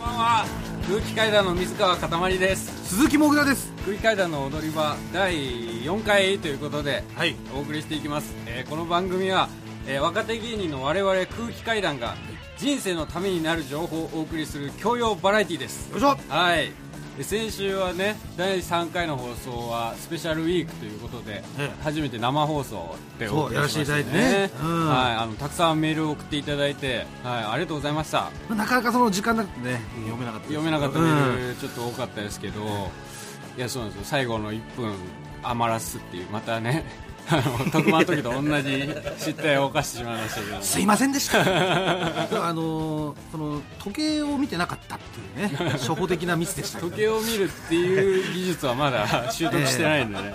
は空気階段の水川かたまりです鈴木もぐらです空気階段の踊り場第4回ということではいお送りしていきます、えーこの番組は、えー若手芸人の我々空気階段が人生のためになる情報をお送りする教養バラエティですよいしょはいで先週はね第3回の放送はスペシャルウィークということで、ええ初めて生放送でお送りしましたそうやらせていただいてねうんはい、あのたくさんメールを送っていただいて、はい、ありがとうございましたまあなかなかその時間なくてね読めなかったです読めなかったうメんールちょっと多かったですけど、いやそうなんですよ最後の1分余らすっていうまたね あの特番の時と同じ失態を犯してしまいましたけどすいませんでした あのーその時計を見てなかったっていう ね初歩的なミスでしたけど時計を見るっていう技術はまだ 習得してないんでね、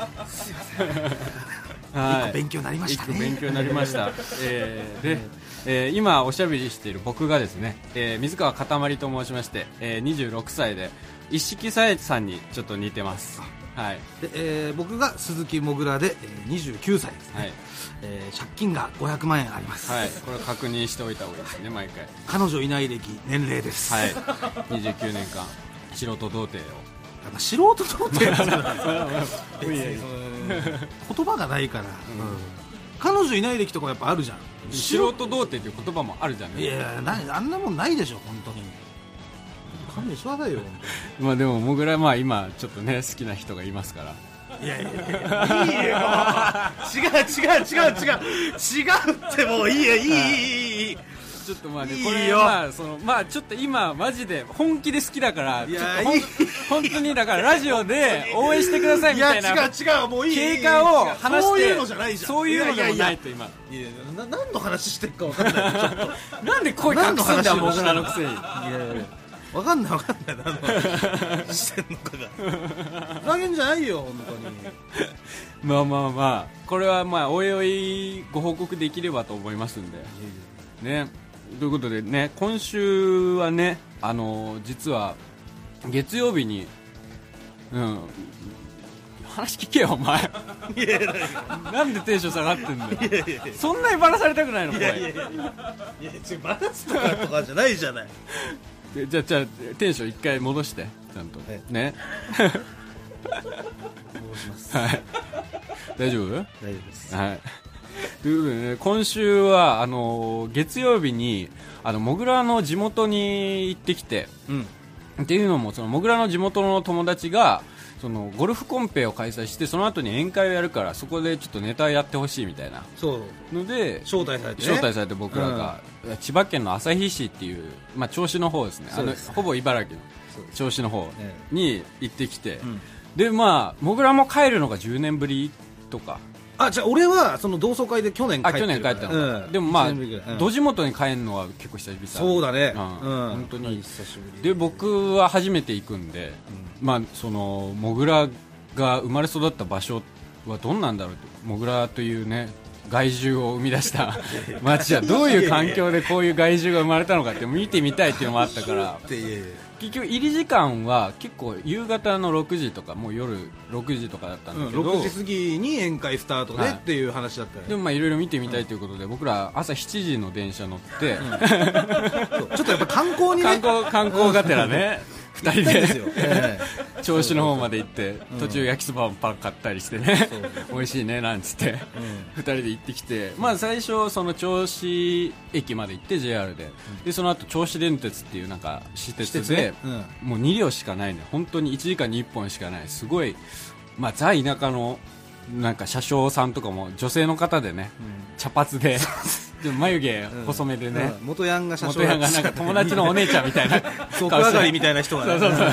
はい一個勉強になりました一ね個勉強になりました、えーで、えー今おしゃべりしている僕がですね、えー水川かたまりと申しまして、えー26歳で一色さえさんにちょっと似てますはいでえー僕が鈴木もぐらで、えー、29歳ですね、はいえー借金が500万円あります、はい、これは確認しておいた方がいいですね、毎回。彼女いない歴年齢です、はい、29年間、素人童貞を。なんか素人と思ってるんですよ 別にその言葉がないから、うん彼女いない歴とかやっぱあるじゃん素人童貞という言葉もあるじゃないいやいやなあんなもんないでしょ本当に勘弁してくださいよ本まあでも、もぐら、まあ今、ちょっとね、好きな人がいますから。当にいやいやいやいいよ違う違う違う違う違うってもういいよいいいいいいいいちょっとまあねいい、よこれはまあ、その、まあちょっと今、マジで、本気で好きだから、いやちょっとほんいい本当に、だからラジオ で応援してくださいみたいな違うもうい経過を話して、そういうのじゃないじゃんそういうのじゃややないやと今。いやいやな何の話してるか分かんないちょっとなんで声隠すんだよ、もぐらのくせに。いやいや分かんない分かんない何の話してんのかがふざけんじゃないよ本当にまあまあまあこれはまあおいおいご報告できればと思いますんでねということでね今週はねあのー実は月曜日にうん話聞けよお前 なんでテンション下がってんだよそんなにバラされたくないのこれいや違うバラすとかとかじゃないじゃないでじゃあじゃあテンション一回戻してちゃんとはいね戻しますはい大丈夫大丈夫ですはい。ということでね、今週は、あの、月曜日に、あの、モグラの地元に行ってきて、うんっていうのも、その、モグラの地元の友達が、その、ゴルフコンペを開催して、その後に宴会をやるから、そこでちょっとネタやってほしいみたいな。そうので、招待されてね招待されて僕らが、千葉県の旭市っていう、まあ、銚子の方ですねあそうのですほぼ茨城のそうで銚子の方えに行ってきて、んでまあもぐらも帰るのが10年ぶりとかあじゃあ俺はその同窓会で去年帰っあて去る年帰からったのか、うんでもまあ、一年ぶりぐらいうん土地元に帰るのは結構久々そうだねううんん本当にまあ久しぶりで僕は初めて行くんで、まあそのモグラが生まれ育った場所はどんなんだろうってモグラというね害獣を生み出 した町はどういう環境でこういう害獣が生まれたのかって見てみたいっていうのもあったからっていやいや結局入り時間は結構夕方の6時とかもう夜6時とかだったんだけど、 6時過ぎに宴会スタートはいねっていう話だったよでもまあいろいろ見てみたいということで、僕ら朝7時の電車乗って、そうちょっとやっぱ観光にね観 光観光がてらね2人行きたでい ですよえ調子の方まで行って途中焼きそばパン買ったりしてね美味しいねなんつって2人で行ってきてまあ最初その銚子駅まで行って JR ででその後銚子電鉄っていうなんか私鉄で私鉄ねもう2両しかないね本当に1時間に1本しかないすごいまあザ田舎のなんか車掌さんとかも女性の方でね茶髪ででも眉毛えうん細めでねうん元ヤンが社長元ヤンがなんか友達のお姉ちゃんみたいな そう顔暗してがりみたいな人がそうねそうそう。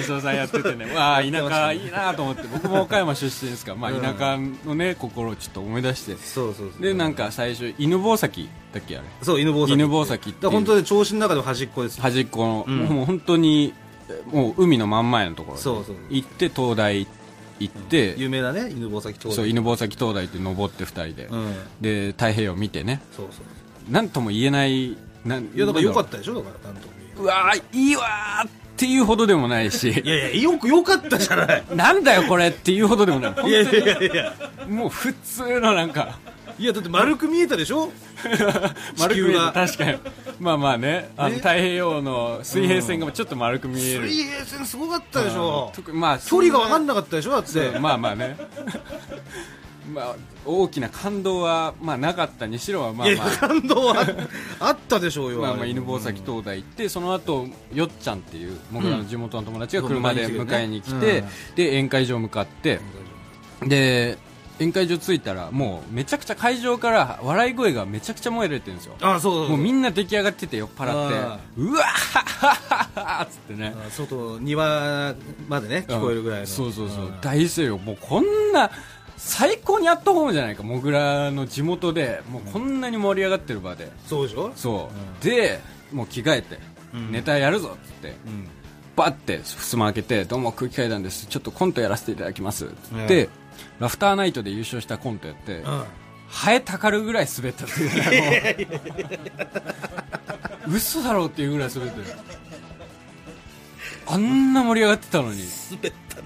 社長さんやっててね、わあ、田舎いいなと思って、僕も岡山出身ですから、まあ、うん田舎のね、心をちょっと思い出して。そうそうそうで、なんか最初、犬吠埼だっけあれ。そう犬吠埼犬吠埼っていうだから本当に調子の中でも端っこです端っこの、んもう本当に、もう海の真ん前のところ。そうそう行って、東大行って、有名だね犬吠埼東そう、大犬吠埼東大って登って二人で、うんで、太平洋見てね、そうそうなんとも言えない、なんいやだから良かた。ったでしょだから担当にうわーいいわーっていうほどでもないしい、やいやよく良かったじゃ ないなんだよこれっていうほどでもない。いやいやいやいやもう普通のなんかいやだって丸く見えたでしょ丸く見え地球るが確かにまあまあねあのね太平洋の水平線がちょっと丸く見える、水平線すごかったでしうょん特にまあ距離が分かないんなかったでしょだってまあまあ ねまあ大きな感動はまあなかったにしろはまあいやまあ感動はあったでしょうよまあ、れまあ犬吠埼灯台行ってその後よっちゃんっていう僕らの地元の友達が車でうん迎えに来うんて、で宴会場向かってで宴会場着いたらもうめちゃくちゃ会場から笑い声がめちゃくちゃ燃えれてるんですよあそうそうそもううみんな出来上がってて酔っ払あってうわっはっはっはっつってねあ外庭までね聞こえるぐらいの、うんそうそうそう、ん大声よもうこんな最高にアットホームじゃないかモグラの地元でもうこんなに盛り上がってる場でそうでしょそう、でもう着替えて、うんネタやるぞっつって、うんバッて襖開けてどうも空気階段ですちょっとコントやらせていただきますっつって、うんラフターナイトで優勝したコントやって、うんハエたかるぐらい滑ったっていう ねもう嘘だろうっていうぐらい滑ってるあんな盛り上がってたのに滑ったね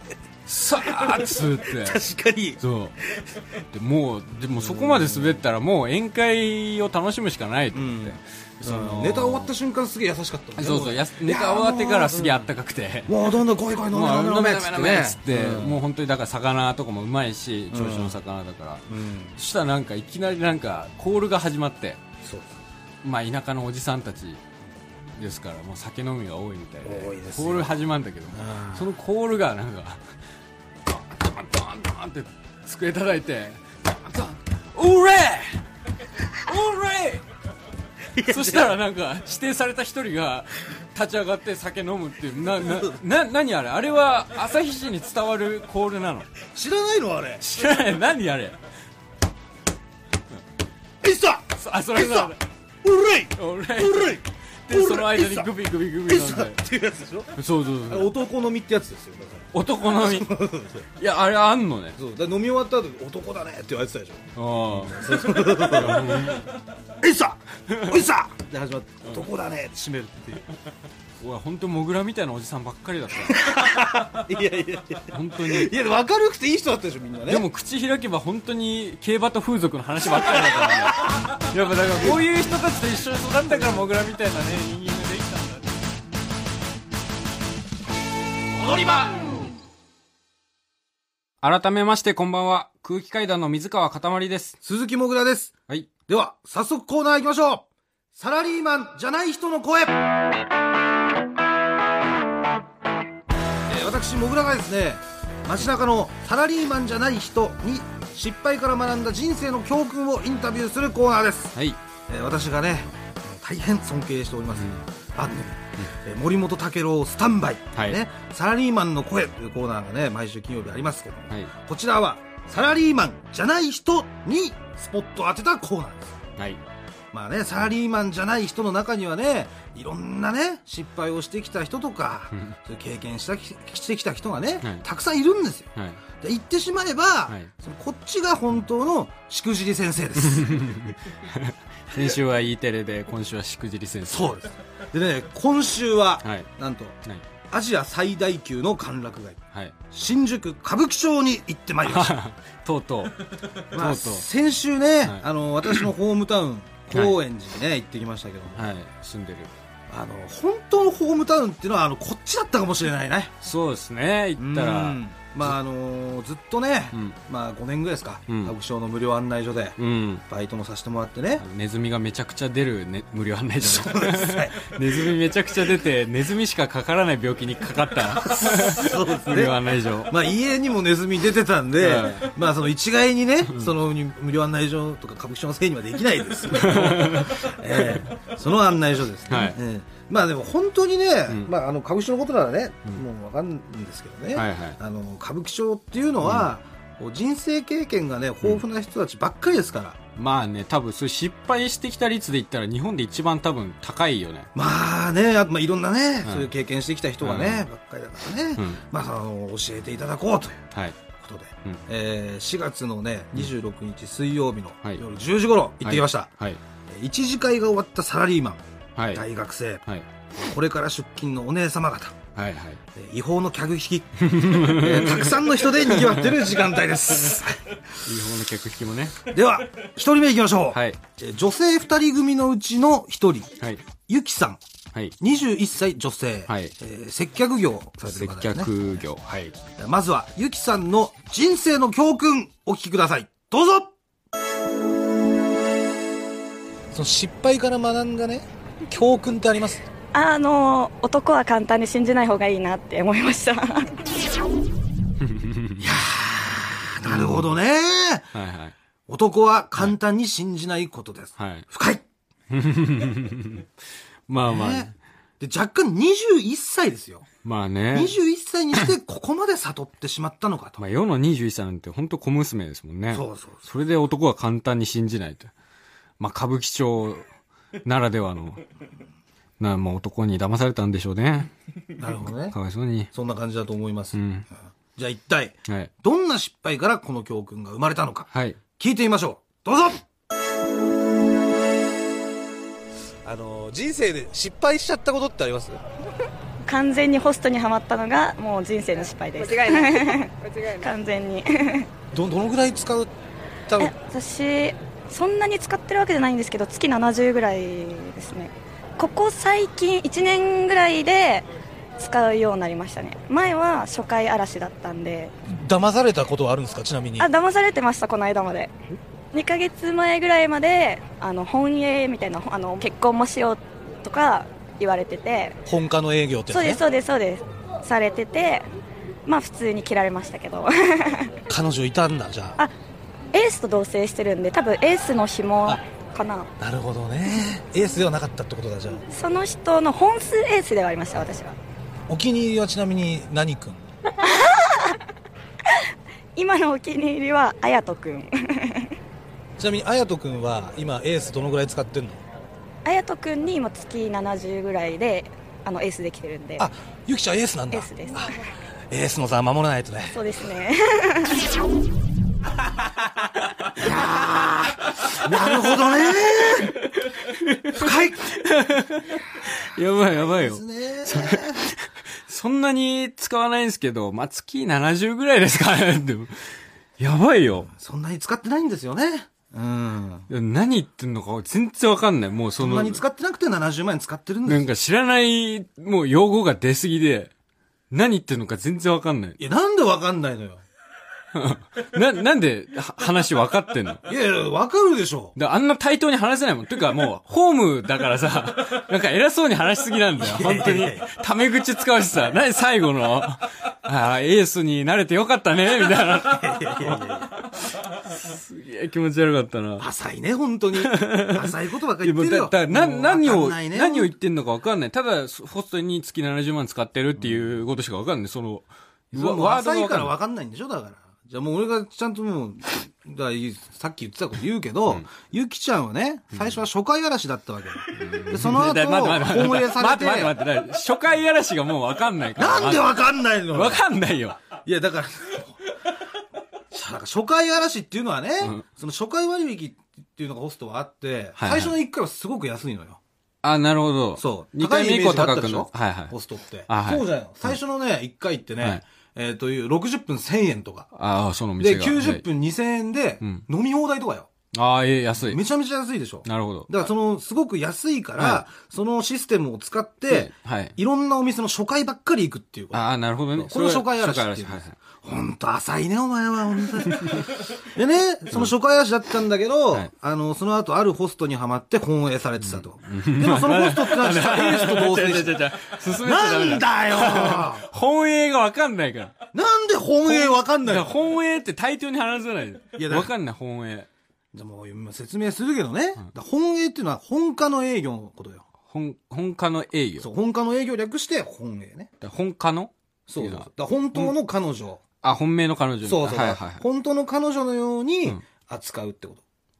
さーっと滑って確かにそうでもうでもそこまで滑ったらもう宴会を楽しむしかないと思って、そのネタ終わった瞬間すげえ優しかったもんねそうそうやすネタ終わってからすげえあったかくてもうどんどん怖い怖い飲めもう飲飲めめ飲めっ飲つめっ飲てめねっつって、もう本当にだから魚とかもうまいし銚子の魚だから、うんそしたらなんかいきなりなんかコールが始まって、そうまあ、田舎のおじさんたちですからもう酒飲みが多いみたいで多いですよコール始まるんだけどもうんそのコールがなんかドンドンドンドンって机叩いてドンドンオーレーオーレーそしたらなんか指定された一人が立ち上がって酒飲むっていうななな何あれあれは旭市に伝わるコールなの 知らないのあれ知らない何あれピッサそあそピれッサがうるいオーレうーるいでその間ピにッサグビグビグピビ飲ッんサっでていうやつでしょそうそうあそれう男飲みってやつですよだから男 のみいやあれあんのねそうだから飲み終わった後に男だねって言われてた でしょあ「いっさいっさ!」で始まって「男だね」って締めるっていうあ本当モグラみたいなおじさんばっかりだったいやいやいや本当にいや明るくていい人だったでしょみんなねでも口開けば本当に競馬と風俗の話ばっかりだからねやっぱだからこういう人たちと一緒に育ったからモグラみたいなね人間ができたんだ踊り場改めましてこんばんは空気階段の水川かたまりです鈴木もぐらですはいでは早速コーナー行きましょうサラリーマンじゃない人の声えー私もぐらがですね街中のサラリーマンじゃない人に失敗から学んだ人生の教訓をインタビューするコーナーですはいえー私がね大変尊敬しております、番組、えー森本武郎スタンバイ、はいね、サラリーマンの声というコーナーがね毎週金曜日ありますけども、はいこちらはサラリーマンじゃない人にスポットを当てたコーナーですはいまあねサラリーマンじゃない人の中にはねいろんなね失敗をしてきた人とか、うんそういう経験したきしてきた人がね、はいたくさんいるんですよはいで言ってしまえば、いそのこっちが本当のしくじり先生です先週は E テレで今週はしくじり先生そうですでね今週は、はいなんとはいアジア最大級の歓楽街はい新宿歌舞伎町に行ってまいりました、とうとうまあ、とうとう先週ね、はいあの私のホームタウン高円寺にね、行ってきましたけどもはい住んでるあの本当のホームタウンっていうのはあのこっちだったかもしれないねそうですね行ったらうんまああのずっとね、うんまあ、5年ぐらいですか、うん歌舞伎町の無料案内所でうんバイトもさせてもらってねあ、のネズミがめちゃくちゃ出る、ね、無料案内所そうですねネズミめちゃくちゃ出てネズミしかかからない病気にかか ったそうです無ね料案内所まあ、家にもネズミ出てたんで、はいまあ、その一概にね、その無料案内所とか歌舞伎町のせいにはできない ですけど、ええその案内所ですね、はいええまあでも本当にね、うんまあ、あの歌舞伎町のことならね、うんもう分かるんですけどね、はいはいあの歌舞伎町っていうのは、こう人生経験がね豊富な人たちばっかりですから、まあね多分それ失敗してきた率で言ったら日本で一番多分高いよねまあねあとまあいろんなね、うんそういう経験してきた人がね、ばっかりだからね、うんまあ、その教えていただこうというはいことで。うんえー4月のね26日水曜日のはい夜10時頃行ってきました、はいえー一次会が終わったサラリーマン、はいはい大学生はいこれから出勤のお姉様方はいはいえー違法の客引 き、えーたくさんの人で賑わってる時間 帯です違法の客引きもねでは一人目いきましょう、はいえー女性二人組のうちの一人はいゆきさんはい21歳女性、はいえー接客業されて接る方ですね客業はいまずはゆきさんの人生の教訓お聞きくださいどうぞその失敗から学んだね教訓ってありますあの男は簡単に信じない方がいいなって思いました なるほどね、はいはい男は簡単に信じないことです、はい深いまあまあ、ねで若干21歳ですよまあね21歳にしてここまで悟ってしまったのかとまあ世の21歳なんて本当小娘ですもんねそうそうそれで男は簡単に信じないと。まあ、歌舞伎町ならでは の、な、まあ、男に騙されたんでしょうね。 なるほどねかわいそうに。そんな感じだと思います、うん。じゃあ一体はい。どんな失敗からこの教訓が生まれたのかはい。聞いてみましょうどうぞあの人生で失敗しちゃったことってあります完全にホストにはまったのがもう人生の失敗です間違いない間違いない完全にどどのぐらい使うたのえ私そんなに使ってるわけじゃないんですけど月70ぐらいですねここ最近1年ぐらいで使うようになりましたね前は初回嵐だったんで騙されたことはあるんですかちなみにあ騙されてましたこの間まで2ヶ月前ぐらいまであの本営みたいなあの結婚もしようとか言われてて本家の営業ってやつそうでねすそうですそうですされててまあ普通に切られましたけ ど彼女いたんだじゃああエースと同棲してるんで多分エースの紐かななるほどねエースではなかったってことだじゃあその人の本数エースではありました私はお気に入りはちなみに何君今のお気に入りはあやとくん ちなみにあやと君は今エースどのぐらい使ってんのあやとくんに今月70ぐらいであのエースできてるんであゆきちゃんエースなんエだースですあエースの座守らないとねそうですねなるほどね深いでやばいやばいよ。すねそんなに使わないんですけど、まあ、月70ぐらいですかね。でもやばいよ。そんなに使ってないんですよねうん何言ってんのか全然わかんない。もうそそんの、なに使ってなくて70万円使ってるんでなすんよか知らない、もう用語が出すぎで、何言ってんのか全然わかんない。いやなんでわかんないのよな、なんでは話わかってんのいやいやわかるでしょで、あんな対等に話せないもん。ていうかもう、ホームだからさ、なんか偉そうに話しすぎなんだよ。本当に。タメ口使うしさ、何最後の、ああ、エースになれてよかったね、みたいな。すげえ気持ち悪かったな。浅いね本当に浅いことばっかいりや言もっうてだだるよなもう何わかを、んないね何を言ってんのかわかんない。ただ、そホストに月70万使ってるっていうことしかわかんない。その、それもうわ浅いからわ分かんないんでしょだから。じゃあもう俺がちゃんともう、だからさっき言ってたこと言うけど、ゆきちゃんはね、最初は初回嵐だったわけよ。で、その後、だ 待って待って本待営ってされて、待って待って待って初回やらしがもうわかんないから。なんでわかんないのわかんないよ。いや、だから、だから初回嵐っていうのはね、その初回割引っていうのがホストはあって、はい最初の1回はすごく安いのよ。あ、なるほど。そう。二回目以降高高いイメーくジだの。ったでしょはいはい。ホストって。あはいそうじゃないの。最初のね、1回ってね、はいえっ、という、60分1000円とか。ああ、その店で、が。 90分2000円で、うん飲み放題とかよ。はい。ああ、ええ、安い。めちゃめちゃ安いでしょ。だなるほど。から、その、すごく安いから、はそのシステムを使って、はい。いろんなお店の初回ばっかり行くっていうこと。ああ、なるほどね。これを初回嵐っていうんです初回嵐はいはいほんと浅いね、お前は、ほんとにでね、その初回嵐だったんだけど、はいあの、その後あるホストにはまって本営されてたと。でもそのホストってのは、エースと同棲ち してゃちゃちゃ進めちゃダなメんだ よ本営がわかんないから。なんで本営わかんないだのから本営って対等に話せない。いやだわかんない、本営。じゃあもう今説明するけどね、だから本営っていうのは本家の営業のことよ。本、本家の営業。そう、本家の営業略して本営ね。だから本家のそうそういそうやだから本当の彼女。あ、本命の彼女みたいそうなそう。はいはいはい。本当の彼女のようにん扱うってこ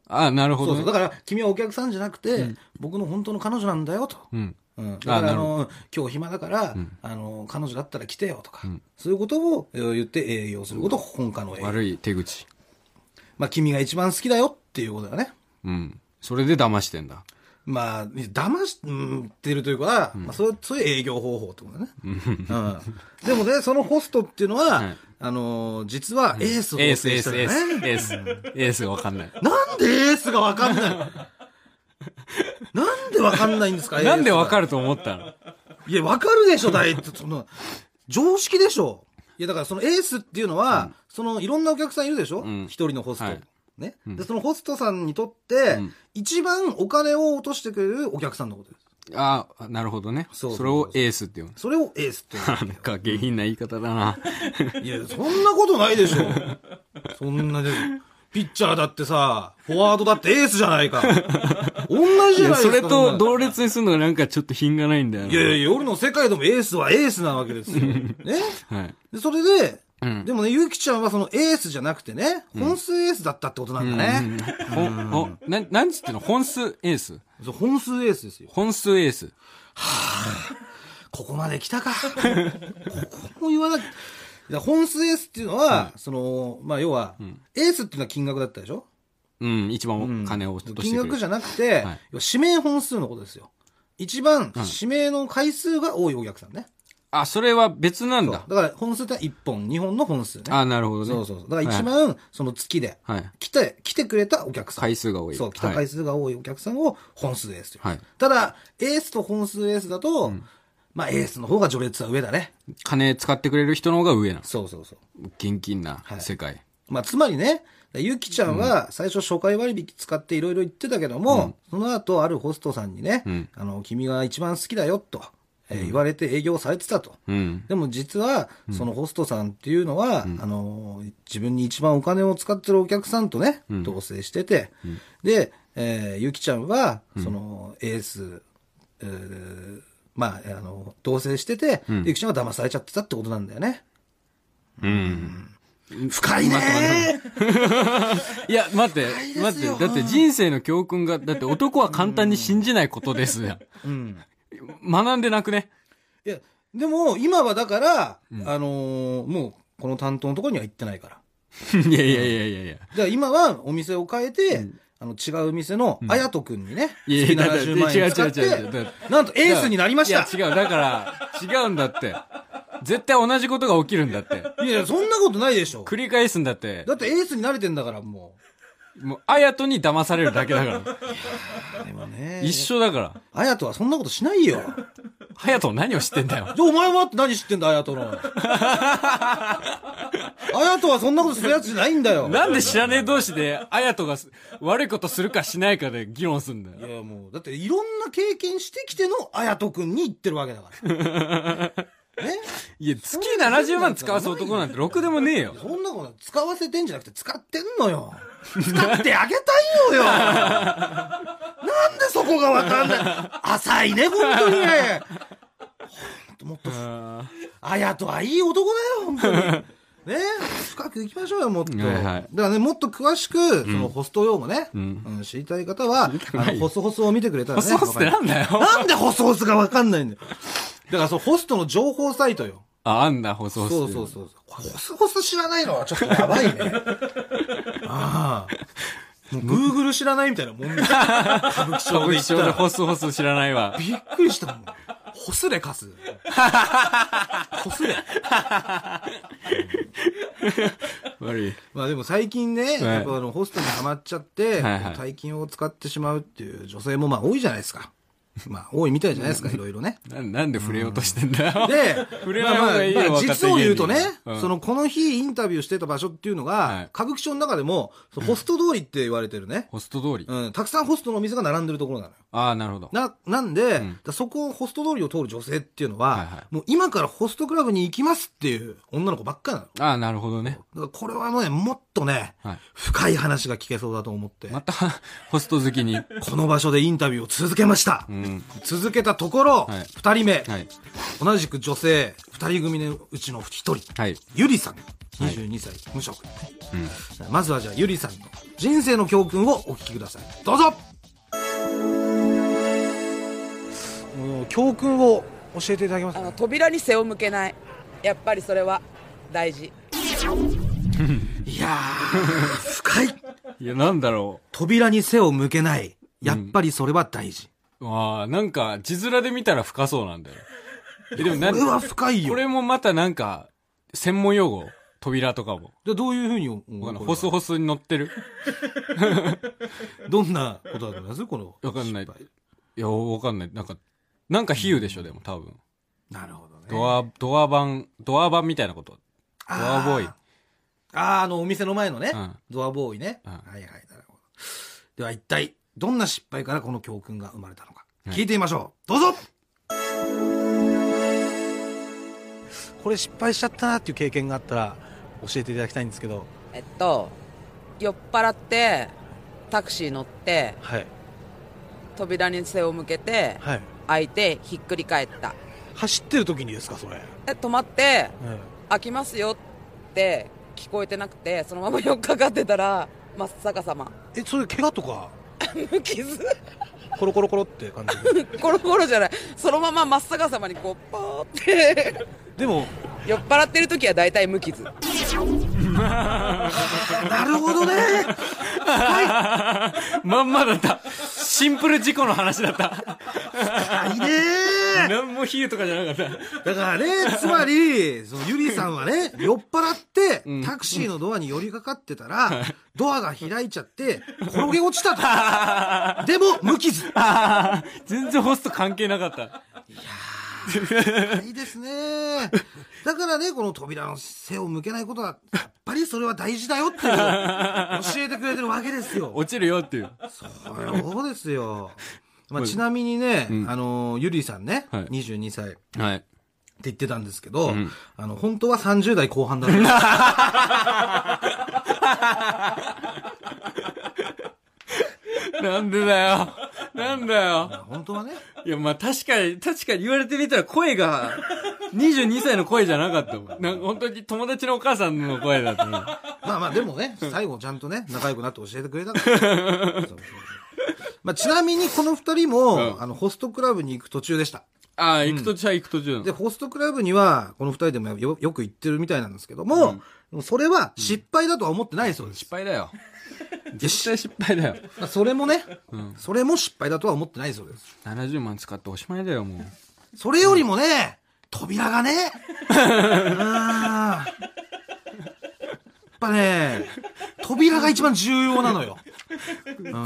と。ああ、なるほそどうそねう。だ。から、君はお客さんじゃなくて、僕の本当の彼女なんだよと。うん。うん、だからあなるほの今日暇だから、あの彼女だったら来てよとか、そういうことをえー言って営業することを本家の営業、悪い手口。まあ、君が一番好きだよっていうことだねうん。それで騙してんだ。まあ、騙してるというか、まあ、そうそういう営業方法ってことだね。うん、でもね、そのホストっていうのは、はいあのー実はエースをエー補ス、正エーしたス、のエねース、エース、エースがわかんない。なんで エースがわか んないなんでわかんないんですか、なんでわかるると思ったのいや、わかるでしょ、大体。その、常識でしょ。いや、だからそのエースっていうのは、その、いろんなお客さんいるでしょ一、ん人のホスト。はいね、んで、そのホストさんにとって、ん一番お金を落としてくれるお客さんのことです。ああ、なるほどね。そそうそうそうれをエースって言うの。それをエースってなんか下品な言い方だな。 言う。いや、そんなことないでしょ。そんなで、ピッチャーだってさ、フォワードだってエースじゃない か。同じいじやゃないですか。それんなとの同列にするのがなんかちょっと品がないんだよな。いやいや、夜の世界でもエースはエースなわ けですよ。ねはい。でそれで、うんでもね、ゆきちゃんはそのエースじゃなくてね、本数エースだったってことなんだね。ほん、ほん、なん、なんつってんの本数エースそう本数エースですよ。本数エース。ここまで来たか。ここも言わなきゃ。だから本数エースっていうのは、その、まあ、要は、エースっていうのは金額だったでしょうん、一番お金を落としてく金れる。額じゃなくて、はい要は指名本数のことですよ。一番、指名の回数が多いお客さんね。あ、それは別なんそうだ。だから、本数ってのは1本、2本の本数ね。あ、なるほどね。そうそうそう。だから一番、その月で、はい。はい。来て、来てくれたお客さん。回数が多い。そう、来たはい回数が多いお客さんを本数エースという。はいただ、エースと本数エースだと、まあ、エースの方が序列は上だね。金使ってくれる人の方が上なそうそうそう。の。現金なはい世界。まあ、つまりね、ゆきちゃんは最初初回割引使っていろいろ言ってたけども、その後あるホストさんにね、んあの、君が一番好きだよと、えー言われて営業されてたと。うん。でも実は、そのホストさんっていうのは、あの、自分に一番お金を使ってるお客さんとね、同棲してて、で、えーゆきちゃんは、その、エース、えーまあ、あの、同棲してて、でゆきちゃんは騙されちゃってたってことなんだよね。うん。深いねいや、待って、待って、だって人生の教訓が、だって男は簡単に信じないことですやん。うん。学んでなくね。 いや、でも、今はだから、あのーもう、この担当のところには行ってないから。いやいやいやいやいや。じゃあ今はお店を変えて、あの違う店のあやとくんにね、いや月いやだって70万円使って違う違う違う違うだっなんとエースになりましたいや、違う。だから、違うんだって。絶対同じことが起きるんだって。いやいや、そんなことないでしょ。繰り返すんだってだ。ってエースになれてんだから、ももう、あやとに騙されるだけだから。う。でもね一緒だから。あやとはそんなことしないよ。はやと何を知ってんだよ。じゃあお前はって何知ってんだ、あやと の。あやとはそんなことするやつじゃないんだよ。なんで知らねえ同士で、あやとがす悪いことするかしないかで議論すんだいよ。や、もう、だっていろんな経験してきてのあやとくんに言ってるわけだから。 ねいや、月70万使わす男なんてろくでもねえよ。そんなこと使わせてんじゃなくて使ってん のよ。使ってあげたいのよ。なんでそこがわかんない。浅いね、本当にね。ほんともっと、ああやとはいい男だよ、本当に。ね深く行きましょうよ、もっと。はいはいだからね、もっと詳しく、そのホスト用語ね、うん知りたい方は、あの、ホスホスを見てくれたーらホね。スホスってなんだよ。なんでホスホスがわかんないんだよ。だから、そのホストの情報サイトよ。あ、あんだ、ホスホスっていそううの。そうそう。これホスホス知らないのはちょっとやばいね。 ああ。もう Google 知らないみたいな もんだよ歌舞歌伎町舞で伎町行っでたら。ホスホス知らないわ。びっくりしたもん。ホスレカス。ホスレ。悪い。まあでも最近ね、いやっぱあのホストにハマっちゃって、はいはい大金を使ってしまうっていう女性もまあ多いじゃないですか。まあ多いみたいじゃないですか、いろいろ ね。ななんで触れようとしてんだよ。、で触れない方がいいよまあまあまあ若手芸人実を言うとね、うんその、この日インタビューしてた場所っていうのが、はい歌舞伎町の中でも、そのホスト通りって言われてるね、ホスト通り。うん、たくさんホストのお店が並んでるところなのよ。ああ、なるほど。な、なんで、んだからそこをホスト通りを通る女性っていうのは、はいはもう今からホストクラブに行きますっていう女の子ばっかなの。だああ、なるほどね。からこれはね、もっとね、はい深い話が聞けそうだと思って、また、ホスト好きに。この場所でインタビューを続けました。うん。続けたところ、はい二人目、はい。同じく女性、二人組のうちの一人。はい。ゆりさん、はい22歳、無職。まずはじゃあゆりさんの人生の教訓をお聞きください。どうぞ教訓を教えていただけますあの扉に背を向けないやっぱりそれは大事いやー、深いいや、なんだろ扉に背を向けない。やっぱりそれは大事。ああ、なんか、字面で見たら深そうなんだよ。えでもなこれは深いよ。こじゃれもまたなんか、専門用語。扉とかも。あどういうふうに思わかんうないこれはホスホスに乗ってる。どんなことだと思いますこの。わかんない失敗いや、わかんない。なんか、なんか比喩でしょ、でも多分。なるほどね。ドア、ドア版、ドア版みたいなこと。ドアボーイ。あーあー、あの、お店の前のね、うんドアボーイね。うんはいはい、なるほど。では一体、どんな失敗からこの教訓が生まれたのか、聞いてみましょう。どうぞこれ失敗しちゃったなっていう経験があったら教えていただきたいんですけどえっと酔っ払ってタクシー乗ってはい扉に背を向けてはい開いてひっくり返った走ってる時にですかそれ、で止まってうん開きますよって聞こえてなくてそのまま酔っかかってたら真っ逆さま えそれ怪我とか無傷コロコロコロって感 じコロコロじゃないそのまま真っ逆さまにこうポーって でも酔っ払ってる時は大体無傷なるほどねまんまだった。シンプル事故の話だった。深いねなんも比喩とかじゃなかっだからね、つまり、そのゆりさんはね、酔っ払ってうん、タクシーのドアに寄りかかってたら、ドアが開いちゃって、転げ落ちたと。でも、無傷。た。全然ホスト関係なかった。いいですね。だからね、この扉の背を向けないことは、やっぱりそれは大事だよっていうのを教えてくれてるわけですよ。落ちるよっていう。そうですよ。まあ、ちなみにね、あの、ゆりさんね、はい22歳ってはい。言ってたんですけど、んあの、本当は30代後半だった。なんでだよ。なんだよ。本当はね。いや、まあ確かに、確かに言われてみたら声が、22歳の声じゃなかったもん。なんか本当に友達のお母さんの声だったもん。まあまあ、でもね、最後ちゃんとね、仲良くなって教えてくれ たから。そうそうそうまあ、ちなみにこの二人も、うんあの、ホストクラブに行く途中でした。ああ、行く途中は行く途中なので、ホストクラブには、この二人でもよよく行ってるみたいなんですけども、でもそれは失敗だとは思ってないそうです。失敗だよ。でし絶対失敗だよ。まあそれもね、それも失敗だとは思ってないそうです。 70万使っておしまいだよ、もう。それよりもね、扉が ね、あーやっぱね、扉が一番重要なのよ。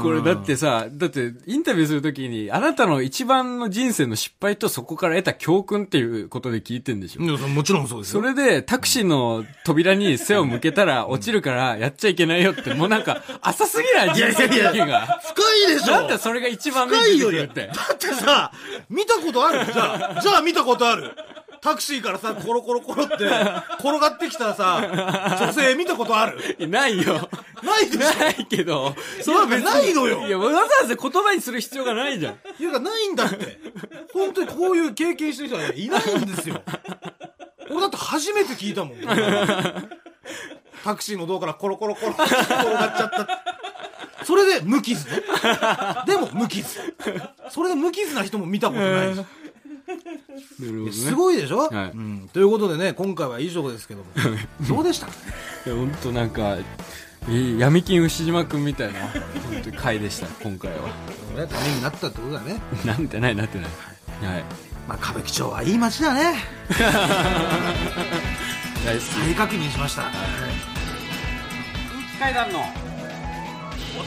これだってさ、だってインタビューするときに、あなたの一番の人生の失敗とそこから得た教訓っていうことで聞いてんでしょ。うんもちろんそうですそよ。れで、タクシーの扉に背を向けたら落ちるからやっちゃいけないよって、もうなんか、浅すぎない人生経験が。深いでしょなんでそれが一番目深にい出てよく りるだっってて。さ、見たことあるじゃあ、じゃあ見たことある。タクシーからさ、コロコロコロって、転がってきたさ、女性見たことある。いないよ。ないでしょないけど。いやないのよいや、わざわざ言葉にする必要がないじゃん。いや、ないんだって。本当にこういう経験してる人はねいないんですよ。俺だって初めて聞いたもん。タクシーの道からコロコロコロ転がっちゃったって。それで無傷ね。でも無傷。それで無傷な人も見たことないし。なるほどね。すごいでしょ、はいうん、ということでね今回は以上です けどもどうでしたいや、ほんとなんか、いい闇金牛島くんみたいな、本当に回でした、今回は。俺はためになったってことだね、なんてない、なってない。はい。まあ、歌舞伎町はいい街だね 大好き。再確認しました、階段の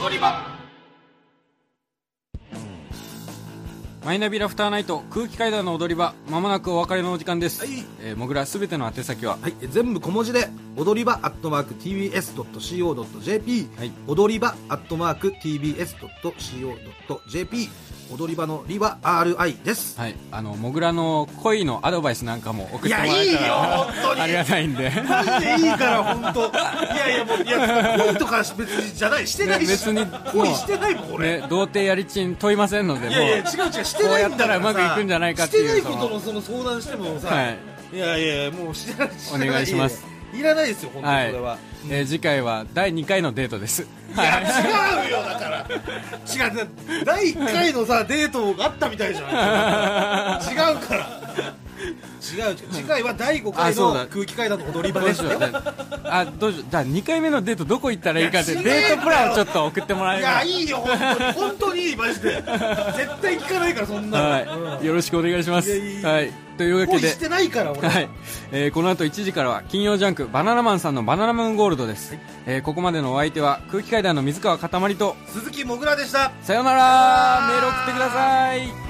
踊り場マイナビラフターナイト空気階段の踊り場まもなくお別れのお時間です、はいえーもぐらすべての宛先ははい、全部小文字で踊り場アットマーク TBS.CO.JP、はい踊り場アットマーク TBS.CO.JP 踊り場のりは RI です、はいあのもぐらの恋のアドバイスなんかも送ってもらえいやいいよた本当にらありがたいんでマジでいいから本当いやいやもういや恋とか別にじゃないしてないしね別に恋してないもん俺、ね童貞やりちん問いませんのでいやいや違うも違うしてないんだからこうやったらさうまくいくんじゃないかっていうしてないことのその相談してもさ、うはい、いやいやもうしてないしてなお願いしますいらないですよ本当はにいそれは、えー次回は第2回のデートですはい違うよだから違う第1回のさデートがあったみたいじゃん違うから違う次回は第5回あそうのだ空気階段の踊り場ど でうすしよようあどうしようじゃあ2回目のデートどこ行ったらいいかっていやデートプランをちょっと送ってもらいえやばいいよ本当に本当にいいマジで絶対聞かないからそんなのはい、よろしくお願いしますいやいいはい、というわ恋けしでてないから俺はいえーこの後1時からは金曜ジャンクバナナマンさんの「バナナムーンゴールド」です、えーここまでのお相手は空気階段の水川かたまりと鈴木もぐらでしたさよならメール送ってください